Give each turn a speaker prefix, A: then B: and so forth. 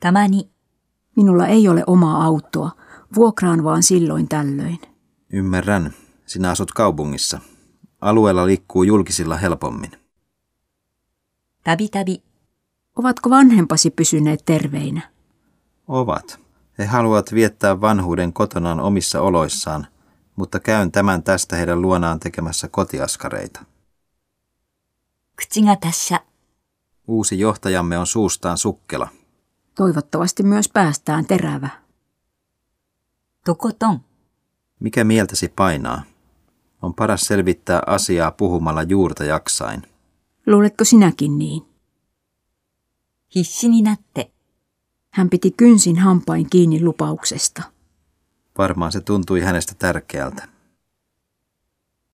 A: Tämä ni.
B: Minulla ei ole omaa autoa, vuokraan vaan silloin tällöin.
C: Ymmärrän. Sinä asut kaupungissa. Alueella liikkuu julkisilla helpommin.
A: Tabi tabi.
B: Ovatko vanhempasi pysyneet terveinä?
C: Ovat. He haluavat viettää vanhuuden kotonaan omissa oloissaan, mutta käyn tämän tästä heidän luonaan tekemässä kotiaskareita.
A: Kutsiga tasha.
C: Uusi johtajamme on suustaan sukkela.
B: Toivottavasti myös päästään terävä.
A: Tokoton.
C: Mikä mieltäsi painaa? On paras selvittää asiaa puhumalla juurta jaksain.
B: Luuletko sinäkin niin?
A: Hissini natte.
B: Hän piti kynsin hampain kiinni lupauksesta.
C: Varmaan se tuntui hänestä tärkeältä.